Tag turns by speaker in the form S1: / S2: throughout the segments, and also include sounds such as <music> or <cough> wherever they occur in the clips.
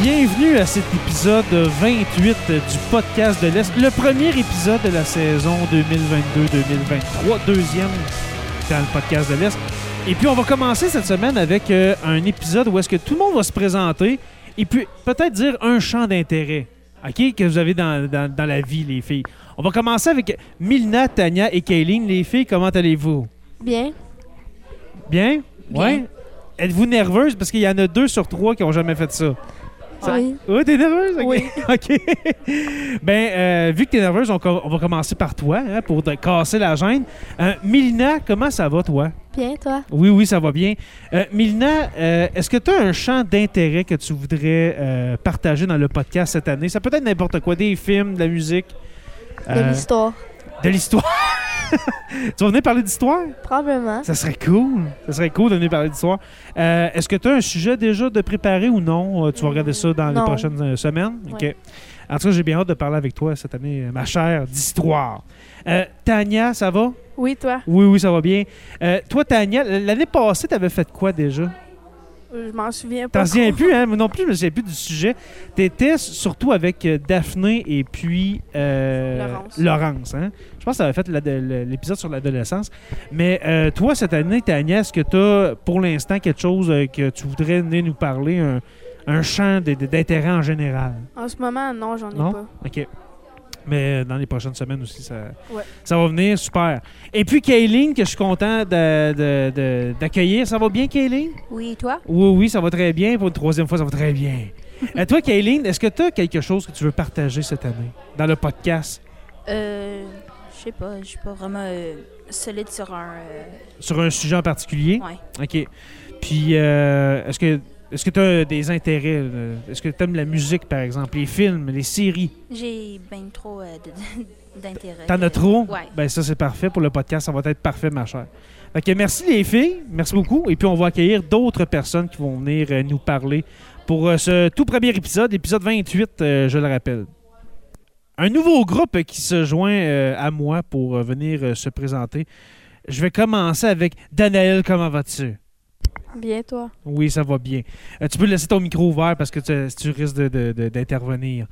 S1: Bienvenue à cet épisode 28 du podcast de l'Est, le premier épisode de la saison 2022-2023, deuxième dans le podcast de l'Est. Et puis on va commencer cette semaine avec euh, un épisode où est-ce que tout le monde va se présenter et puis peut-être dire un champ d'intérêt ok, que vous avez dans, dans- dans la vie, les filles. On va commencer avec Milna, Tania et Kayleen. Les filles, comment allez-vous?
S2: Bien.
S1: Bien? Ouais? Êtes-vous nerveuse? Parce qu'il y en a deux sur trois qui ont jamais fait ça. Ça-
S2: Oui.
S1: Oh, t'es nerveuse? OK.
S2: Oui.
S1: <laughs> OK. ben, euh, vu que t'es nerveuse, on, com- on va commencer par toi hein, pour te casser la gêne. Euh, Milna, comment ça va, toi?
S2: Bien, toi?
S1: Oui, oui, ça va bien. Euh, Milna, euh, est-ce que tu as un champ d'intérêt que tu voudrais euh, partager dans le podcast cette année? Ça peut être n'importe quoi, des films, de la musique.
S2: De
S1: euh,
S2: l'histoire.
S1: de l'histoire. <laughs> tu vas venir parler d'histoire?
S2: Probablement.
S1: Ça serait cool. Ça serait cool de venir parler d'histoire. Euh, Est-ce que tu as un sujet déjà de préparer ou non? Euh, Tu vas regarder ça dans les
S2: Non.
S1: prochaines euh, semaines? OK.
S2: Ouais.
S1: En tout cas, j'ai bien hâte de parler avec toi cette année, euh, ma chère, d'histoire. Euh, Tania, ça va?
S3: Oui, toi.
S1: Oui, oui, ça va bien. Euh, toi, Tania, l'année passée, tu avais fait quoi déjà?
S3: Je m'en souviens
S1: T'en
S3: pas.
S1: souviens plus, hein? Moi non plus, je me souviens plus du sujet. T'étais s- surtout avec euh, Daphné et puis euh,
S3: Laurence.
S1: Laurence, hein? Je pense que ça avait fait l'ado- l'épisode sur l'adolescence. Mais euh, toi, cette année, Tania, est-ce que t'as pour l'instant quelque chose euh, que tu voudrais venir nous parler, un, un champ de- de- d'intérêt en général?
S3: En ce moment, non, j'en ai
S1: Non?
S3: pas.
S1: OK. Mais euh, dans les prochaines semaines aussi, ça,
S3: Ouais.
S1: ça va venir. Super. Et puis, Kayleen, que je suis content de- de- de- d'accueillir. Ça va bien, Kayleen?
S2: Oui, toi?
S1: Oui, oui, ça va très bien. Pour une troisième fois, ça va très bien. Euh, toi, Kayleen, est-ce que tu as quelque chose que tu veux partager cette année dans le podcast
S4: Euh, je sais pas, je suis pas vraiment euh, solide sur un. euh,
S1: sur un sujet en particulier?
S4: ouais.
S1: OK. Puis, euh, est-ce que est-ce que tu as des intérêts? euh, Est-ce que tu aimes la musique, par exemple, les films, les séries?
S4: J'ai bien trop euh, de- de- <laughs> d'intérêt.
S1: T'en as trop?
S4: Ouais.
S1: Ben ça, c'est parfait pour le podcast. Ça va être parfait, ma chère. Fait que merci les filles. Merci beaucoup. Et puis, on va accueillir d'autres personnes qui vont venir euh, nous parler pour euh, ce tout premier épisode, épisode 28, euh, je le rappelle. Un nouveau groupe euh, qui se joint euh, à moi pour euh, venir euh, se présenter. Je vais commencer avec Danaël. Comment vas-tu?
S3: Bien, toi.
S1: Oui, ça va bien. Euh, tu peux laisser ton micro ouvert parce que tu, tu risques de- de- de- d'intervenir.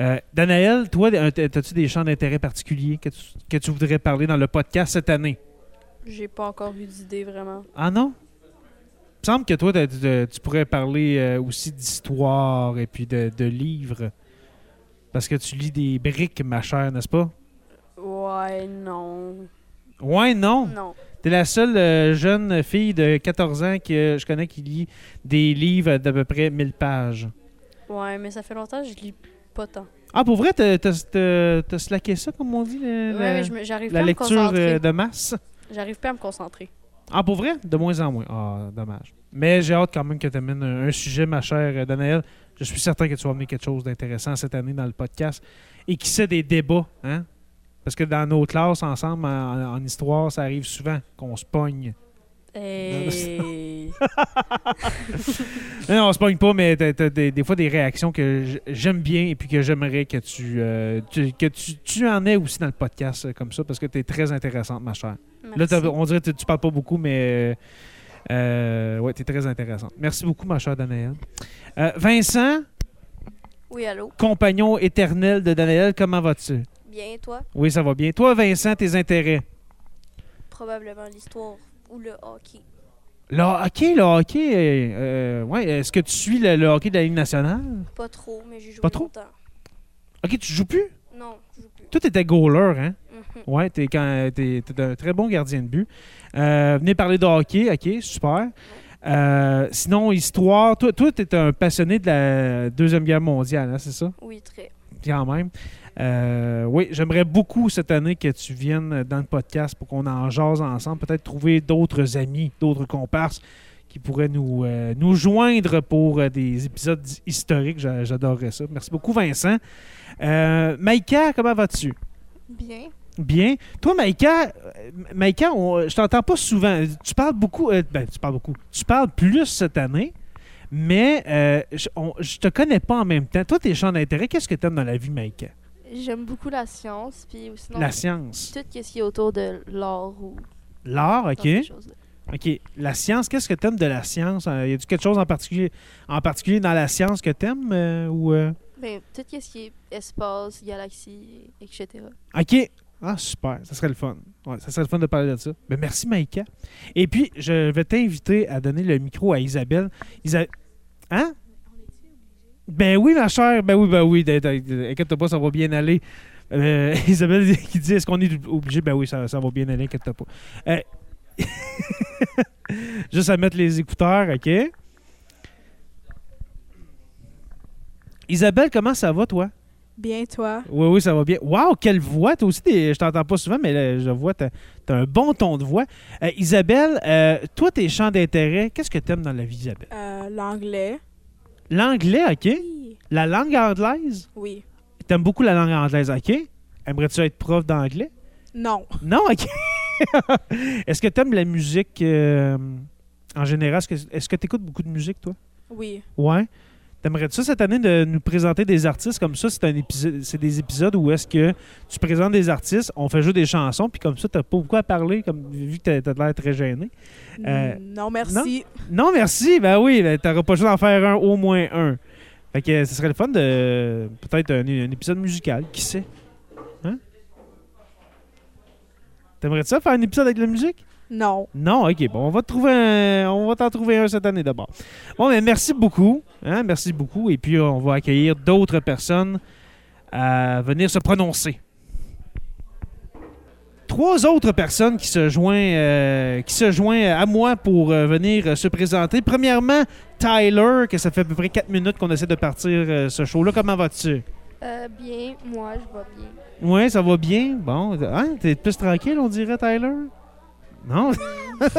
S1: Euh, Danaël, toi, as-tu des champs d'intérêt particuliers que tu, que tu voudrais parler dans le podcast cette année?
S3: J'ai pas encore eu d'idée vraiment.
S1: Ah non? Il me semble que toi, t'as- t'as- tu pourrais parler euh, aussi d'histoire et puis de, de livres. Parce que tu lis des briques, ma chère, n'est-ce pas?
S3: Ouais, non.
S1: Ouais, non.
S3: Non.
S1: T'es la seule euh, jeune fille de 14 ans que je connais qui lit des livres d'à peu près 1000 pages.
S3: Ouais, mais ça fait longtemps que je lis pas tant.
S1: Ah, pour vrai, t'as- t'as t'as- t'as slacké ça, comme on dit, le-
S3: Ouais,
S1: la,
S3: mais je me- j'arrive
S1: Euh, la
S3: pas à me
S1: lecture
S3: concentrer.
S1: euh, de masse?
S3: J'arrive pas à me concentrer.
S1: Ah, pour vrai? De moins en moins. Ah, dommage. Mais j'ai hâte quand même que tu amènes un, un sujet, ma chère euh, Danaël. Je suis certain que tu vas amener quelque chose d'intéressant cette année dans le podcast. Et qui sait, des débats, hein? Parce que dans nos classes ensemble, en, en- en histoire, ça arrive souvent qu'on se pogne.
S3: Et...
S1: Euh, Non, non, on se pogne pas, mais t'as, t'as des, des fois des réactions que j- j'aime bien et puis que j'aimerais que tu, euh, tu- que tu, tu en aies aussi dans le podcast euh, comme ça, parce que tu es très intéressante, ma chère. <laughs> Là,
S4: Merci.
S1: t'as- on dirait que tu, tu parles pas beaucoup, mais euh, euh, ouais, t'es très intéressante. Merci beaucoup, ma chère Danaël. Euh, Vincent,
S4: Oui, allô?
S1: compagnon éternel de Danaël, comment vas-tu?
S4: Bien, toi?
S1: Oui, ça va bien. Toi, Vincent, tes intérêts?
S4: Probablement l'histoire ou le hockey.
S1: Le hockey, le hockey, euh, euh, ouais, est-ce que tu suis le, le hockey de la Ligue nationale?
S4: Pas trop, mais j'ai joué
S1: Pas trop?
S4: longtemps.
S1: Ok, tu joues plus?
S4: Non, je joue plus.
S1: Toi, t'étais goaler, hein?
S4: Mhm.
S1: Ouais, t'es, quand, t'es- t'es un très bon gardien de but. Euh, venez parler de hockey, ok, super. Euh, sinon, histoire, toi, toi, t'es un passionné de la Deuxième Guerre mondiale, hein, c'est ça?
S4: Oui, très.
S1: quand même. Euh, oui, j'aimerais beaucoup cette année que tu viennes dans le podcast pour qu'on en jase ensemble, peut-être trouver d'autres amis, d'autres comparses qui pourraient nous, euh, nous joindre pour euh, des épisodes historiques. J'a- J'adorerais ça. Merci beaucoup, Vincent. Euh, Maïka, comment vas-tu?
S2: Bien.
S1: Bien. Toi, Maïka, euh, Maïka on- je t'entends pas souvent. Tu parles beaucoup. euh, ben, tu parles beaucoup. Tu parles plus cette année, mais euh, je, on- je te connais pas en même temps. Toi, tes champs d'intérêt, qu'est-ce que tu aimes dans la vie, Maïka?
S2: J'aime beaucoup la science, puis ou sinon,
S1: La science.
S2: tout ce qui est autour de l'art ou
S1: L'art,
S2: dans
S1: OK.
S2: ces choses-là.
S1: OK. La science, qu'est-ce que t'aimes de la science? Euh, Y a-tu quelque chose en particulier, en particulier dans la science que t'aimes? euh, ou, euh?
S2: Ben, tout ce qui est espace, galaxie, etc.
S1: OK. Ah, super. Ça serait le fun. Ouais, ça serait le fun de parler de ça. Ben, merci, Maïka. Et puis, je vais t'inviter à donner le micro à Isabelle. Isa- Hein? Ben oui, ma chère. Ben oui, ben oui. D'in- d'in- d'in- Inquiète-toi pas, ça va bien aller. Euh, <laughs> Isabelle qui dit est-ce qu'on est obligé? Ben oui, ça, ça va bien aller, inquiète-toi pas. Euh, <laughs> Juste à mettre les écouteurs, OK? Isabelle, comment ça va, toi?
S5: Bien, toi.
S1: Oui, oui, ça va bien. Waouh, quelle voix! Toi aussi, t'es- je t'entends pas souvent, mais là, je vois, t'as t'as un bon ton de voix. Euh, Isabelle, euh, toi, tes champs d'intérêt, qu'est-ce que t'aimes dans la vie, Isabelle?
S5: Euh, L'anglais.
S1: L'anglais, OK?
S5: Oui.
S1: La langue anglaise?
S5: Oui.
S1: T'aimes beaucoup la langue anglaise, OK? Aimerais-tu être prof d'anglais?
S5: Non.
S1: Non, OK. <laughs> Est-ce que t'aimes la musique euh, en général? Est-ce que- Est-ce que t'écoutes beaucoup de musique, toi?
S5: Oui.
S1: Ouais. T'aimerais-tu ça cette année de nous présenter des artistes comme ça? C'est un épisode, c'est des épisodes où est-ce que tu présentes des artistes, on fait jouer des chansons, puis comme ça, t'as pas beaucoup à parler, comme, vu que t'as, t'as l'air très gêné. Euh,
S5: non, merci.
S1: Non, merci. Ben oui, ben, t'auras pas le choix d'en faire un, au moins un. Fait que euh, ce serait le fun de. Peut-être un, un épisode musical, qui sait? Hein? T'aimerais-tu ça faire un épisode avec la musique?
S5: Non.
S1: Non, ok. Bon, on va te trouver un- on va t'en trouver un cette année d'abord. Bon, mais merci beaucoup, hein, merci beaucoup. Et puis euh, on va accueillir d'autres personnes à venir se prononcer. Trois autres personnes qui se joignent, euh, qui se joignent à moi pour euh, venir euh, se présenter. Premièrement, Tyler, que ça fait à peu près quatre minutes qu'on essaie de partir euh, ce show-là. Comment vas-tu?
S2: Euh, bien, moi, je vois bien.
S1: Oui, ça va bien. Bon, hein, t'es plus tranquille, on dirait, Tyler? Non?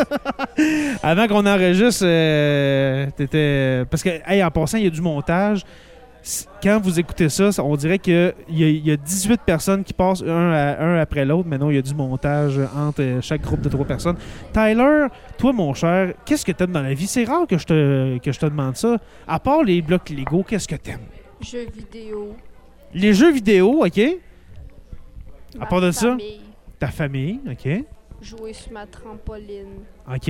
S1: <laughs> Avant qu'on enregistre, euh, t'étais. Parce que, hey, en passant, il y a du montage. S- Quand vous écoutez ça, ça- on dirait qu'il y, a- il y a 18 personnes qui passent un, à- un après l'autre, mais non, il y a du montage entre euh, chaque groupe de trois personnes. Tyler, toi, mon cher, qu'est-ce que t'aimes dans la vie? C'est rare que je te, que je te demande ça. À part les blocs Lego, qu'est-ce que t'aimes?
S2: Jeux vidéo.
S1: Les jeux vidéo, OK? À
S2: ma
S1: part de ça?
S2: famille,
S1: Ta famille, OK?
S2: Jouer sur ma trampoline.
S1: OK?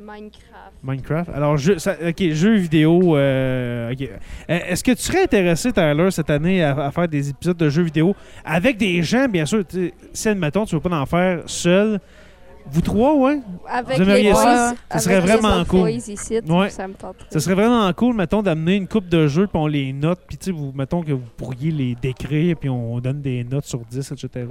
S2: Minecraft.
S1: Minecraft. Alors, jeu, ça- ok, jeux vidéo. euh, ok. Euh, Est-ce que tu serais intéressé, Tyler, cette année à, à faire des épisodes de jeux vidéo avec des gens, bien sûr? tu sais, Si, admettons, tu veux pas en faire seul. Vous trois, ouais?
S2: Avec
S1: Vous aimeriez
S2: les boys.
S1: ça?
S2: avec
S1: Ça serait
S2: les
S1: vraiment
S2: boys
S1: cool.
S2: ici,
S1: Ouais.
S2: Ça me tenterait.
S1: Ce serait vraiment cool, mettons, d'amener une coupe de jeux, puis on les note, puis tu sais, vous, mettons que vous pourriez les décrire, puis on donne des notes sur 10, etc.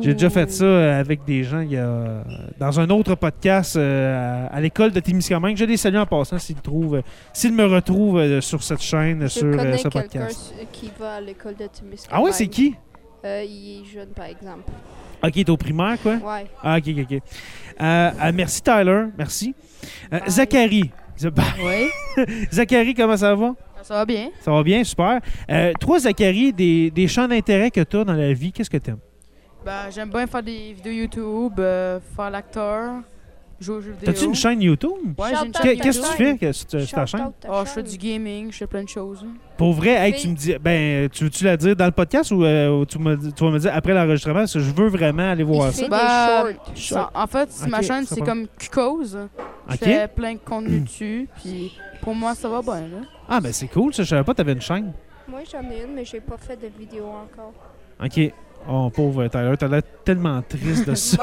S1: J'ai déjà fait ça euh, avec des gens il y a, euh, dans un autre podcast euh, à, à l'école de Témiscamingue. Je les salue en passant s'ils trouvent, euh, s'ils me retrouvent euh, sur cette chaîne,
S2: Je
S1: sur euh,
S2: connais
S1: ce
S2: quelqu'un
S1: podcast.
S2: su- qui va à l'école de Timiskaming.
S1: Ah ouais, c'est qui?
S2: Euh, il est jeune, par exemple.
S1: Ok, t'es au primaire, quoi?
S2: Ouais.
S1: Ah, ok, ok, ok. Euh, euh, merci, Tyler. Merci. Euh,
S2: Bye.
S1: Zachary. Z- <laughs>
S6: Oui.
S1: Zachary, comment ça va?
S6: Ça va bien.
S1: Ça va bien, super. Euh, toi, Zachary, des, des champs d'intérêt que t'as dans la vie, qu'est-ce que t'aimes?
S6: Ben, j'aime bien faire des vidéos YouTube, euh, faire l'acteur, jouer aux jeux vidéo.
S1: T'as-tu une chaîne YouTube?
S6: Ouais, j'ai une
S2: Shout-out
S6: chaîne
S1: Qu'est-
S2: ta
S1: Qu'est-ce que tu fais
S2: chaîne.
S1: que- sur Euh, ta- sur ta chaîne?
S2: Shout-out ta
S7: Ah,
S6: Oh, je fais
S2: chaîne.
S6: du gaming, je fais plein de choses.
S1: Pour vrai, hey,
S2: Oui.
S1: tu me dis, ben, tu veux-tu la dire dans le podcast ou euh, tu, me- tu vas me dire après l'enregistrement parce que je veux vraiment aller voir
S2: Il
S1: ça.
S2: fait
S6: Ben,
S2: des shorts.
S6: Ça- En fait, c'est ma
S1: Ok,
S6: chaîne,
S1: ça
S6: c'est
S1: va.
S6: comme Cause. Je
S1: Ok. Hmm.
S6: fais plein de contenu dessus, puis pour moi, ça va bien. Là.
S1: Ah, ben c'est cool, ça. Je savais pas que t'avais une chaîne.
S2: Moi, j'en ai une, mais j'ai pas fait de vidéo encore.
S1: Ok. Oh, pauvre Tyler, t'as l'air tellement triste de ça.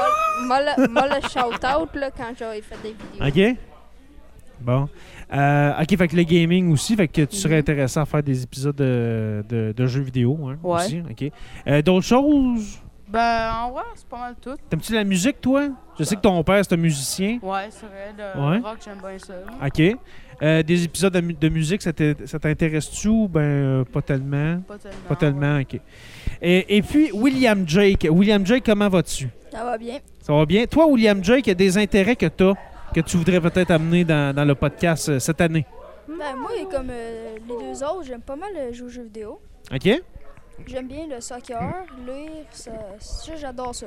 S2: Moi, le, moi, le shout-out, là, quand j'aurai fait des vidéos.
S1: Ok. Bon. Euh, ok, fait que le gaming aussi, fait que tu serais
S6: Mhm.
S1: intéressé à faire des épisodes de, de- de jeux vidéo. Hein,
S6: Ouais.
S1: aussi, ok. Euh, D'autres choses
S6: Ben, en vrai, c'est pas mal tout.
S1: T'aimes-tu la musique, toi Je sais que ton père, c'est un musicien.
S6: Ouais, c'est vrai, le
S1: Ouais.
S6: rock, j'aime bien ça. là.
S1: Ok. Euh, des épisodes de, mu- de musique, ça t'in- ça t'intéresse-tu ou ben euh, pas tellement?
S6: Pas tellement.
S1: Pas tellement, ok. Et, et puis, William Jake. William Jake, comment vas-tu?
S2: Ça va bien.
S1: Ça va bien? Toi, William Jake, il y a des intérêts que tu que tu voudrais peut-être amener dans, dans le podcast euh, cette année.
S7: Ben, moi, comme euh, les deux autres, j'aime pas mal euh, jouer aux jeux vidéo.
S1: OK?
S7: J'aime bien le soccer, lire, ça, ça, j'adore ça.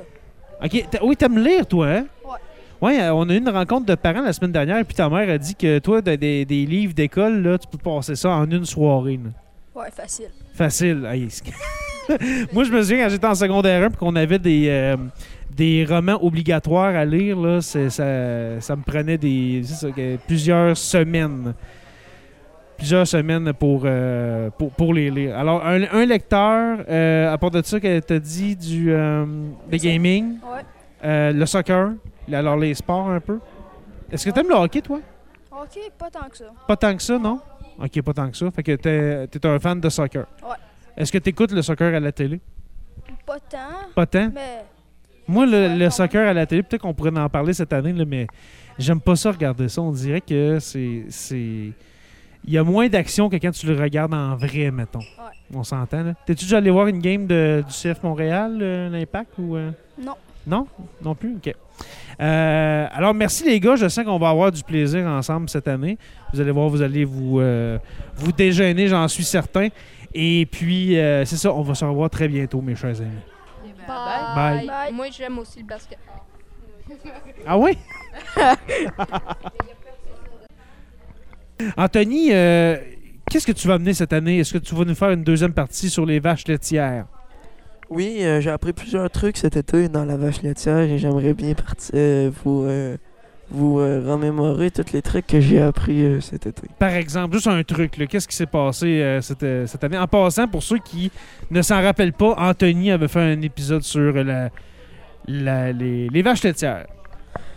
S1: OK. t'a- Oui, t'aimes lire, toi, hein?
S7: Ouais.
S1: Ouais, euh, on a eu une rencontre de parents la semaine dernière, puis ta mère a dit que toi, des, des- des livres d'école, là, tu peux passer ça en une soirée. là.
S7: Ouais, facile.
S1: Facile. Aïe, c'est- <laughs> Moi, je me souviens quand j'étais en secondaire 1 puis qu'on avait des, euh, des romans obligatoires à lire, là, c'est- ça, ça me prenait des, c'est ça, que- plusieurs semaines. Plusieurs semaines pour, euh, pour, pour les lire. Alors, un, un lecteur, euh, à part de ça, qu'elle t'a dit du euh, des gaming,
S7: Ouais.
S1: euh, le soccer, alors les sports un peu. Est-ce que t'aimes le hockey, toi?
S7: Ok, pas tant que ça.
S1: Pas tant que ça, non? Ok, pas tant que ça. Fait que t'es, t'es un fan de soccer.
S7: Ouais.
S1: Est-ce que t'écoutes le soccer à la télé?
S7: Pas tant,
S1: Pas tant?
S7: mais
S1: Moi, le,
S7: Ouais,
S1: le
S7: quand même.
S1: soccer à la télé, peut-être qu'on pourrait en parler cette année, là, mais j'aime pas ça regarder ça. On dirait que c'est. c'est- Il y a moins d'action que quand tu le regardes en vrai, mettons. On s'entend, là. T'es-tu déjà allé voir une game de- du CF Montréal, euh, l'Impact, ou. euh?
S7: non.
S1: Non? Non plus? OK. Euh, alors, merci les gars. Je sais qu'on va avoir du plaisir ensemble cette année. Vous allez voir, vous allez vous, euh, vous déjeuner, j'en suis certain. Et puis, euh, c'est ça, on va se revoir très bientôt, mes chers amis.
S6: ben,
S5: Bah,
S1: Bye.
S2: Bye.
S8: Moi, j'aime aussi le basket.
S1: Ah oui? <laughs> Anthony, euh, qu'est-ce que tu vas amener cette année? Est-ce que tu vas nous faire une deuxième partie sur les vaches laitières?
S9: Oui, euh, j'ai appris plusieurs trucs cet été dans la vache laitière et j'aimerais bien parti- euh, vous, euh, vous euh, remémorer tous les trucs que j'ai appris euh, cet été.
S1: Par exemple, juste un truc, là, qu'est-ce qui s'est passé euh, cette, euh, cette année? En passant, pour ceux qui ne s'en rappellent pas, Anthony avait fait un épisode sur euh, la, la- les, les vaches laitières.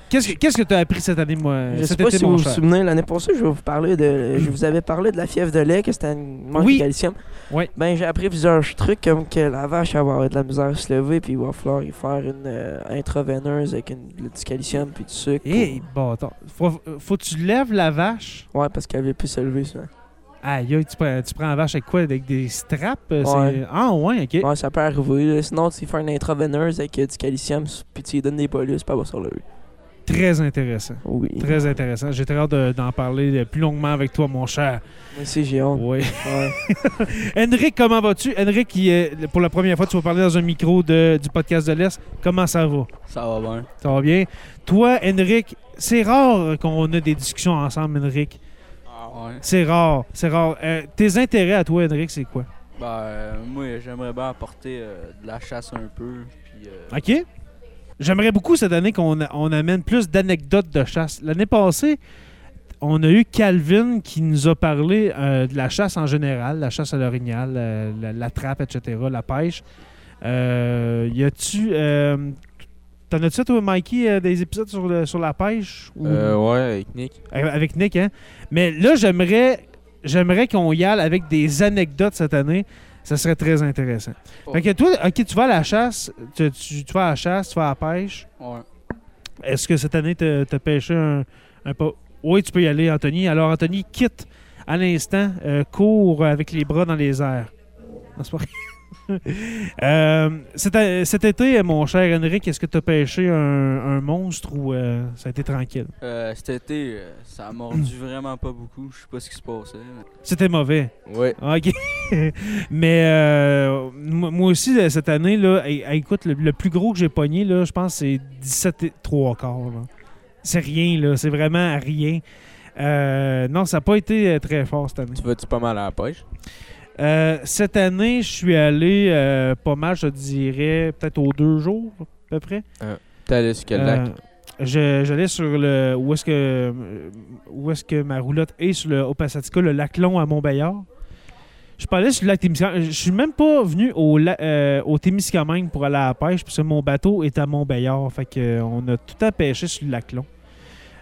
S1: Qu'est-ce que tu as appris cette année, moi?
S9: Je sais
S1: Euh, cet
S9: pas
S1: été,
S9: si
S1: mon
S9: vous vous
S1: cher?
S9: souvenez, l'année passée, je vais vous parler de, je vous avais parlé de la fièvre de lait, que c'était une manque
S1: Oui.
S9: de calcium.
S1: Ouais.
S9: Ben, j'ai appris plusieurs trucs, comme que la vache elle va avoir de la misère à se lever, puis il va falloir y faire une euh, intraveineuse avec une, du calcium puis du sucre.
S1: Eh, bon, attends. Faut, faut que tu lèves la vache.
S9: pour- Ouais, parce qu'elle veut plus se lever, ça.
S1: Aïe, aïe, tu prends, tu prends la vache avec quoi? Avec des straps? euh,
S9: Ouais.
S1: c'est- Ah, ouais, OK.
S9: Ouais, ça peut arriver. là. Sinon, tu y fais une intraveineuse avec euh, du calcium, puis tu lui donnes des bolus, puis elle va se lever.
S1: Très intéressant.
S9: Oui.
S1: Très intéressant. J'ai très hâte de- d'en parler euh, plus longuement avec toi, mon cher.
S9: Moi aussi, j'ai honte.
S1: Oui.
S9: Ouais.
S1: Henrik, comment vas-tu? Henrik, il est- pour la première fois, tu vas parler dans un micro de- du podcast de l'Est. Comment ça va?
S10: Ça va bien.
S1: Ça va bien? Toi, Henrik, c'est rare qu'on ait des discussions ensemble, Henrik.
S10: Ah ouais.
S1: C'est rare. C'est rare. Euh, tes intérêts à toi, Henrik, c'est quoi?
S10: Ben, euh, moi, j'aimerais bien apporter euh, de la chasse un peu. Puis, euh,
S1: OK? J'aimerais beaucoup cette année qu'on a- on amène plus d'anecdotes de chasse. L'année passée, on a eu Calvin qui nous a parlé euh, de la chasse en général, la chasse à l'orignal, euh, la, la trappe, etc., la pêche. Euh, y a-tu. euh, T'en as-tu, toi, Mikey, euh, des épisodes sur, le- sur la pêche ou-
S10: euh, ouais, avec Nick.
S1: Avec- Avec Nick, hein? Mais là, j'aimerais. J'aimerais qu'on y aille avec des anecdotes cette année. Ça serait très intéressant.
S10: oh,
S1: Fait que toi, OK, tu vas à la chasse, tu, tu- tu vas à la chasse, tu vas à la pêche.
S10: Ouais.
S1: Est-ce que cette année, tu as pêché un, un pas? Oui, tu peux y aller, Anthony. Alors, Anthony, quitte à l'instant, euh, cours avec les bras dans les airs. Non, c'est pas vrai. <laughs> Euh, cet, euh, cet été, mon cher Henrik, est-ce que tu as pêché un, un monstre ou euh, ça a été tranquille?
S10: Euh, cet été, euh, ça a mordu <clears throat> vraiment pas beaucoup. Je sais pas ce qui se passait. mais-
S1: C'était mauvais.
S10: Ouais.
S1: OK. <laughs> Mais euh, moi moi aussi, euh, cette année, là, é- é- écoute, le, le plus gros que j'ai pogné, là, je pense, c'est 17 et 3 quarts. là. C'est rien, là. C'est vraiment rien. Euh, non, ça n'a pas été euh, très fort cette année.
S10: vas-tu pas mal à la pêche?
S1: Euh, cette année, je suis allé euh, pas mal, je te dirais, peut-être aux deux jours, à peu près.
S10: T'es allé sur
S1: Euh, je- J'allais sur le. Où est-ce que, euh, où est-ce que ma roulotte est sur le Opasatika, le lac long à Montbayard. Je suis pas allé sur le lac Témiscamingue. Je suis même pas venu au, la- euh, au Témiscamingue pour aller à la pêche parce que mon bateau est à Montbayard. Fait que euh, on a tout à pêcher sur le lac long.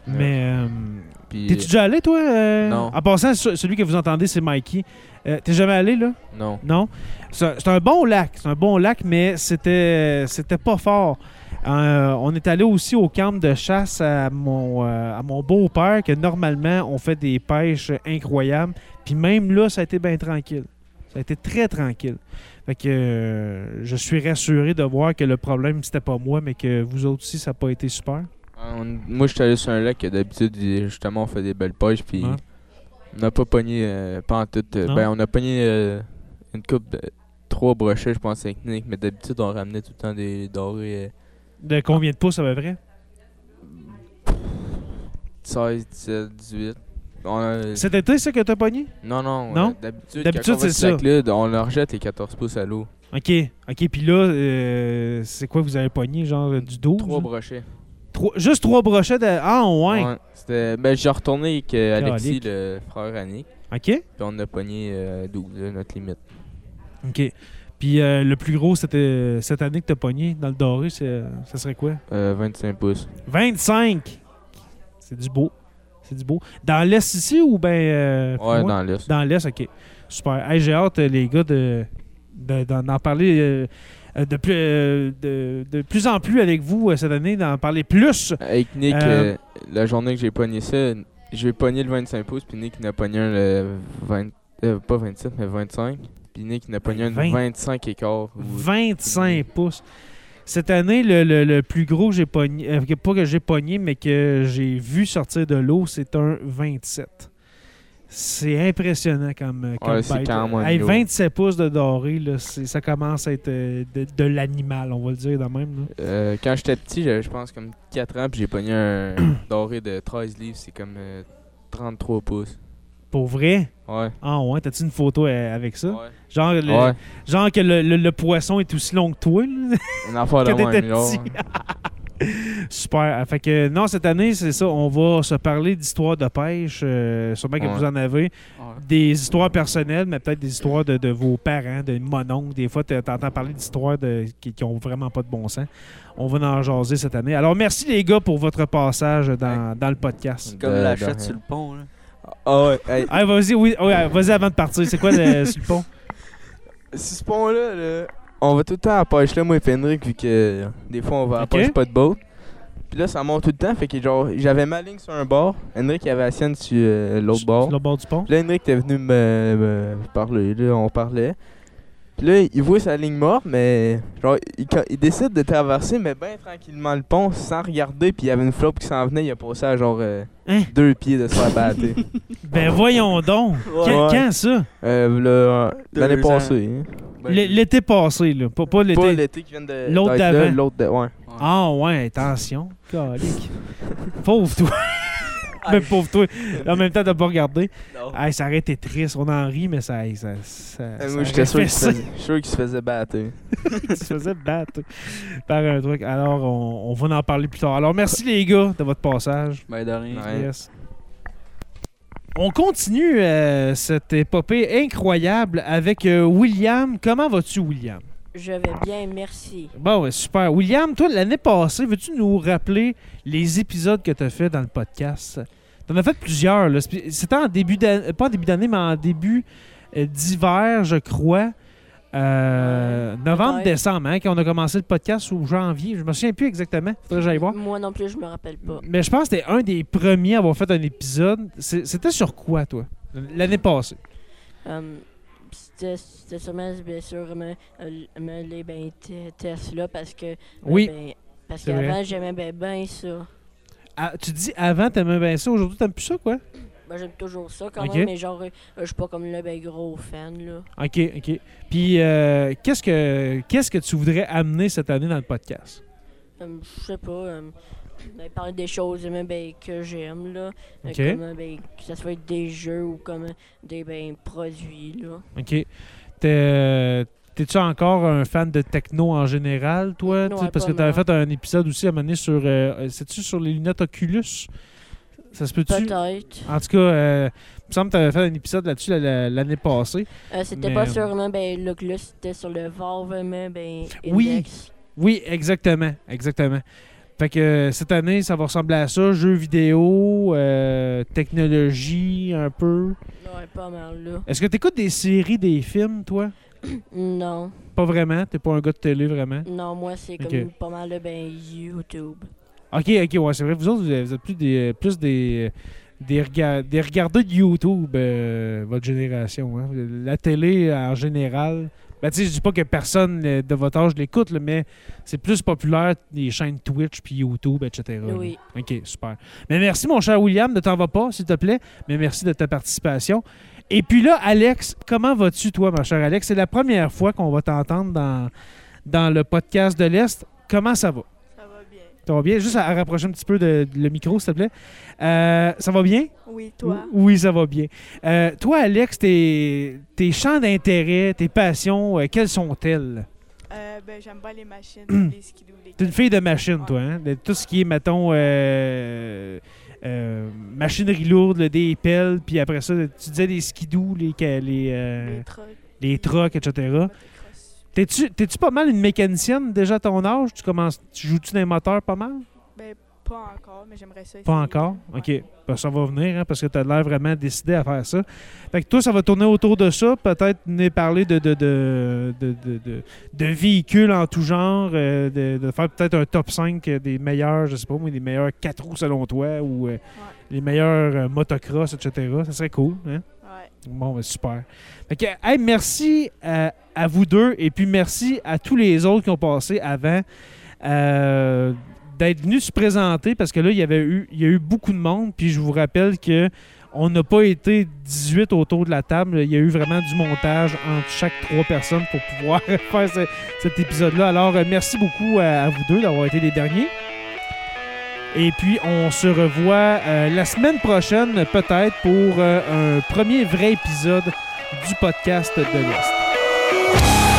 S1: Mais. euh,
S10: Puis,
S1: T'es-tu déjà allé, toi euh,
S10: Non.
S1: En passant, ce- celui que vous entendez, c'est Mikey. Euh, T'es jamais allé, là
S10: non.
S1: non. C'est un- c'est un bon lac. C'est un bon lac, mais c'était c'était pas fort. Euh, on est allé aussi au camp de chasse à mon, euh, à mon beau-père, que normalement, on fait des pêches incroyables. Puis même là, ça a été bien tranquille. Ça a été très tranquille. Fait que euh, je suis rassuré de voir que le problème, c'était pas moi, mais que vous autres aussi, ça n'a pas été super.
S10: Euh, moi, je suis allé sur un lac que d'habitude, justement, on fait des belles pêches. Puis,
S1: Ouais.
S10: on n'a pas pogné, euh, pas en tout.
S1: Non. ben,
S10: on a pogné euh, une coupe de trois brochets, je pense, avec Nick. Mais d'habitude, on ramenait tout le temps des dorés. euh,
S1: De combien de pouces, à peu près?
S10: 16, 17, 18. On a-
S1: Cet été, c'est que t'as pogné?
S10: Non, non.
S1: Non?
S10: euh, D'habitude,
S1: D'habitude,
S10: quand on va
S1: c'est
S10: sur
S1: ça.
S10: la Clude, on leur jette les 14 pouces à l'eau.
S1: OK, OK. Puis là, euh, c'est quoi vous avez pogné? Genre euh, du dos?
S10: Trois brochets.
S1: juste trois brochettes? à- Ah, ouais.
S10: C'était. Ben, j'ai retourné avec euh, Alexis,
S1: Calique.
S10: le frère à Nick.
S1: OK,
S10: Puis on a pogné euh, 12, là, notre limite.
S1: OK. Puis euh, le plus gros, c'était cette année que t'as pogné dans le doré, c'est- ça serait quoi?
S10: Euh, 25 pouces.
S1: 25! C'est du beau. C'est du beau. Dans l'Est ici ou ben... euh, plus
S10: Ouais,
S1: loin?
S10: dans l'est.
S1: Dans l'Est, OK. Super. Hey, j'ai hâte, euh, les gars, de, de- d'en, d'en parler euh, euh, de, plus, euh, de, de plus en plus avec vous euh, cette année, d'en parler plus.
S10: Avec Nick,
S1: Euh,
S10: euh, la journée que j'ai pogné ça, j'ai pogné le 25 pouces, puis Nick n'a pogné un le 20, euh, pas 27, mais 25. Puis Nick n'a pogné un
S1: Vingt.
S10: 25 et quart. ou-
S1: 25 pouces. Cette année, le, le- le plus gros que j'ai pogné, euh, que- pas que j'ai pogné, mais que j'ai vu sortir de l'eau, c'est un 27. C'est impressionnant comme, euh, comme
S10: Ouais, c'est
S1: bête.
S10: quand même
S1: Hey,
S10: lourd.
S1: 27 pouces de doré, là, c'est- ça commence à être euh, de, de l'animal, on va le dire de même. là.
S10: Euh, quand j'étais petit, j'avais, je pense, comme 4 ans, puis j'ai pogné
S1: <coughs>
S10: un doré de 13 livres, c'est comme euh, 33 pouces.
S1: Pour vrai?
S10: Ouais.
S1: Ah ouais, t'as-tu une photo euh, avec ça?
S10: Ouais.
S1: Genre, le-
S10: ouais.
S1: genre que le, le- le poisson est aussi long que toi, là,
S10: Une affaire de
S1: quand t'étais
S10: même, genre. <laughs>
S1: petit. Super. Euh, Fait que non, cette année, c'est ça, on va se parler d'histoires de pêche. euh, sûrement que
S10: Ouais.
S1: vous en avez.
S10: Ouais.
S1: Des histoires personnelles, mais peut-être des histoires de, de vos parents, de mon oncle. Des fois, t'a- t'entends parler d'histoires de, qui, qui ont vraiment pas de bon sens. On va en jaser cette année. Alors, merci les gars pour votre passage dans, dans le podcast.
S10: De-
S8: Comme la
S10: de
S8: chute
S10: rien.
S8: sur le pont. Là.
S10: Ah ouais, hey,
S1: Ah, vas-y, oui, oui, ah, vas-y avant de partir. C'est quoi
S10: <laughs>
S1: le, sur le pont?
S10: Si ce pont-là, là, on va tout le temps à la pêche là, moi et Fenric, vu que euh, des fois on va à la
S1: Ok.
S10: pêche pas de boat. Puis là, ça monte tout le temps, fait que genre, j'avais ma ligne sur un bord, Henrik avait la sienne sur euh, l'autre
S1: Sur-
S10: bord.
S1: sur le bord du pont?
S10: Puis là, Henrik était venu me, me parler, là, on parlait. Puis là, il voit sa ligne morte, mais genre, il, quand- il décide de traverser, mais bien tranquillement le pont, sans regarder, puis il y avait une floppe qui s'en venait, il a passé à genre euh,
S1: Hein?
S10: deux pieds de se faire
S1: <laughs>
S10: battre.
S1: Ben voyons donc. Quand,
S10: Ouais.
S1: quand ça?
S10: Euh, là, l'année
S8: Deux ans.
S10: passée. hein.
S1: L- L'été passé, là. Pas, pas
S10: Pas
S1: l'été.
S10: l'été qui vient de.
S1: L'autre
S10: d'être là,
S1: d'avant.
S10: L'autre de. Ouais.
S1: Ah ouais, attention. Calique. pauvre toi. mais pauvre toi. En même temps, t'as pas regardé.
S8: Non.
S1: Hey, ça aurait été triste. On en rit, mais ça. ça, ça-
S10: Euh,
S1: ça
S10: Moi, j'étais
S1: aurait
S10: sûr
S1: fait
S10: qu'il se
S1: ça.
S10: faisait- sûr qu'il se faisait battre.
S1: Tu te faisais battre par un truc. Alors, on, on va en parler plus tard. Alors, merci les gars de votre passage.
S8: Ben, de rien.
S10: Ouais.
S1: Yes. On continue euh, cette épopée incroyable avec euh, William. Comment vas-tu, William?
S4: Je vais bien, merci.
S1: Bon, ouais, super. William, toi, l'année passée, veux-tu nous rappeler les épisodes que tu as fait dans le podcast? T'en as fait plusieurs. là. C'est- C'était en début d'année, pas en début d'année, mais en début euh, d'hiver, je crois. Euh, novembre,
S4: peut-être.
S1: décembre, hein, quand on a commencé le podcast ou janvier. Je me souviens plus exactement. Faudrait que j'aille voir.
S4: Moi non plus, je me rappelle pas.
S1: Mais je pense que t'es un des premiers à avoir fait un épisode. C'est- C'était sur quoi, toi? L'année passée.
S4: Hum, C'était c'était sûrement, bien sûr, me, euh, me les ben, te- Tesla parce que. euh,
S1: Oui.
S4: ben, parce
S1: C'est vrai.
S4: qu'avant, j'aimais bien ben ça.
S1: Ah, tu dis avant, t'aimais bien ça. Aujourd'hui, t'aimes plus ça, quoi?
S4: Ben, J'aime toujours ça quand
S1: Ok.
S4: même, mais genre, euh, je suis pas comme le ben gros fan, là.
S1: OK, OK. Puis, euh, qu'est-ce que qu'est-ce que tu voudrais amener cette année dans le podcast?
S4: Hum, je sais pas. hum, ben, parler des choses même, ben, que j'aime, là. Euh,
S1: Ok.
S4: Comme, euh, ben, que ça soit des jeux ou comme euh, des ben, produits, là.
S1: OK. T'es- T'es-tu encore un fan de techno en général, toi?
S4: Ouais,
S1: Tu sais, parce que
S4: pas
S1: t'avais
S4: mal.
S1: fait un épisode aussi à un moment donné sur... euh, C'est-tu sur les lunettes Oculus? Ça se peut-tu?
S4: Peut-être.
S1: En tout cas, euh, il me semble que t'avais fait un épisode là-dessus la- la- l'année passée.
S4: Euh, c'était
S1: Mais,
S4: pas
S1: euh,
S4: sûrement ben, l'Oculus, c'était sur le Valve, mais ben,
S1: Oui.
S4: Index.
S1: Oui, exactement, exactement. Fait que euh, cette année, ça va ressembler à ça, jeux vidéo, euh, technologie un peu.
S4: Ouais, pas mal, là.
S1: Est-ce que tu écoutes des séries, des films, toi?
S4: Non,
S1: Pas vraiment, t'es pas un gars de télé vraiment.
S4: non, moi, c'est comme
S1: Ok.
S4: pas mal, ben, YouTube.
S1: Ok, ok, ouais, c'est vrai, vous autres, vous êtes vous êtes plus des euh, plus des, euh, des, rega- des regardeurs de YouTube, euh, votre génération. hein. La télé en général. Ben, tu sais, je dis pas que personne euh, de votre âge l'écoute, là, mais c'est plus populaire les chaînes Twitch puis YouTube, etc. là.
S4: Oui.
S1: OK, super. Mais merci, mon cher William. Ne t'en va pas, s'il te plaît. Mais merci de ta participation. Et puis là, Alex, comment vas-tu, toi, mon cher Alex? C'est la première fois qu'on va t'entendre dans, dans le podcast de l'Est. Comment ça va?
S2: Ça va bien.
S1: Ça va bien? Juste à, à rapprocher un petit peu de, de le micro, s'il te plaît. Euh, ça va bien?
S5: Oui, toi.
S1: Ou- Oui, ça va bien. Euh, toi, Alex, tes, tes champs d'intérêt, tes passions, euh, quelles sont-elles?
S5: Euh, ben, j'aime pas les machines,
S1: <clears throat>
S5: les skidoo, les Ah,
S1: T'es une fille de machine,
S5: Ouais.
S1: toi, hein? De tout ce qui est, mettons, euh, euh, machinerie lourde, là, des pelles, puis après ça, tu disais les skidoo, les, ca- les, euh,
S5: les trucks.
S1: les trucks, etc.
S5: motocross.
S1: T'es-tu t'es-tu pas mal une mécanicienne déjà à ton âge? Tu commences, tu joues-tu des moteurs pas mal?
S5: Ben, pas encore, mais j'aimerais ça.
S1: Pas
S5: essayer.
S1: encore?
S5: Ouais.
S1: OK. Ben, ça va venir, hein, parce que tu as l'air vraiment décidé à faire ça. Fait que toi, ça va tourner autour de ça. Peut-être venir parler de, de, de, de, de- de- de véhicules en tout genre, euh, de, de faire peut-être un top 5 des meilleurs, je sais pas moi, des meilleurs 4 roues selon toi, ou euh, les meilleurs euh, motocross, etc. Ça serait cool, hein?
S5: Ouais.
S1: Bon, ben, super. Fait que, hey, merci euh, à vous deux et puis merci à tous les autres qui ont passé avant euh, d'être venus se présenter parce que là, il y avait eu, il y a eu beaucoup de monde. Puis je vous rappelle que on n'a pas été 18 autour de la table. Il y a eu vraiment du montage entre chaque trois personnes pour pouvoir <laughs> faire ce- cet épisode-là. Alors, euh, merci beaucoup à, à vous deux d'avoir été les derniers. Et puis, on se revoit euh, la semaine prochaine, peut-être, pour euh, un premier vrai épisode du podcast de l'Est.